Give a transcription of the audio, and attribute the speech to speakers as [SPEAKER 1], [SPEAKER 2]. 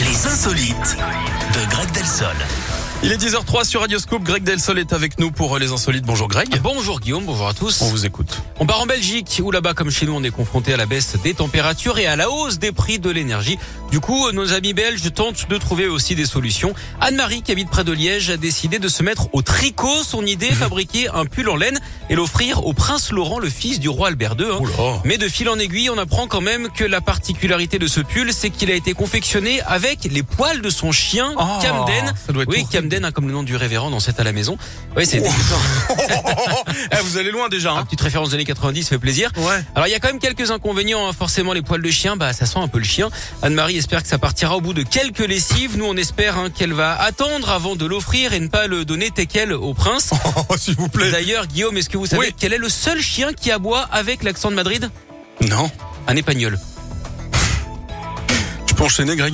[SPEAKER 1] Les insolites de Greg Delsol.
[SPEAKER 2] Il est 10h03 sur Radioscope. Greg Delsol est avec nous pour euh, les insolites. Bonjour Greg.
[SPEAKER 3] Ah, Bonjour Guillaume, bonjour à tous.
[SPEAKER 2] On vous écoute.
[SPEAKER 3] On part en Belgique, où là-bas, comme chez nous, on est confronté à la baisse des températures et à la hausse des prix de l'énergie. Du coup, euh, nos amis belges tentent de trouver aussi des solutions. Anne-Marie, qui habite près de Liège, a décidé de se mettre au tricot. Son idée,
[SPEAKER 2] Mhm.
[SPEAKER 3] fabriquer un pull en laine et l'offrir au prince Laurent, le fils du roi Albert II. hein.
[SPEAKER 2] Oula.
[SPEAKER 3] Mais de fil en aiguille, on apprend quand même que la particularité de ce pull, c'est qu'il a été confectionné avec les poils de son chien,
[SPEAKER 2] Oh,
[SPEAKER 3] Camden.
[SPEAKER 2] ça doit être
[SPEAKER 3] oui,
[SPEAKER 2] horrible. Oh.
[SPEAKER 3] Camden, hein, comme le nom du révérend dans cette à la maison. Oui, c'est
[SPEAKER 2] Eh, vous allez loin déjà.
[SPEAKER 3] une
[SPEAKER 2] Hein
[SPEAKER 3] petite référence des années 90, ça fait plaisir.
[SPEAKER 2] ouais.
[SPEAKER 3] Alors il y a quand même quelques inconvénients, hein. forcément les poils de chien, bah ça sent un peu le chien. Anne-Marie espère que ça partira au bout de quelques lessives. Nous on espère hein, qu'elle va attendre avant de l'offrir et ne pas le donner tel quel au prince.
[SPEAKER 2] Oh, s'il vous plaît.
[SPEAKER 3] D'ailleurs Guillaume, est-ce que vous savez
[SPEAKER 2] Oui.
[SPEAKER 3] quel est le seul chien qui aboie avec l'accent de Madrid
[SPEAKER 2] Non.
[SPEAKER 3] Un épagnol.
[SPEAKER 2] Tu peux enchaîner, Greg.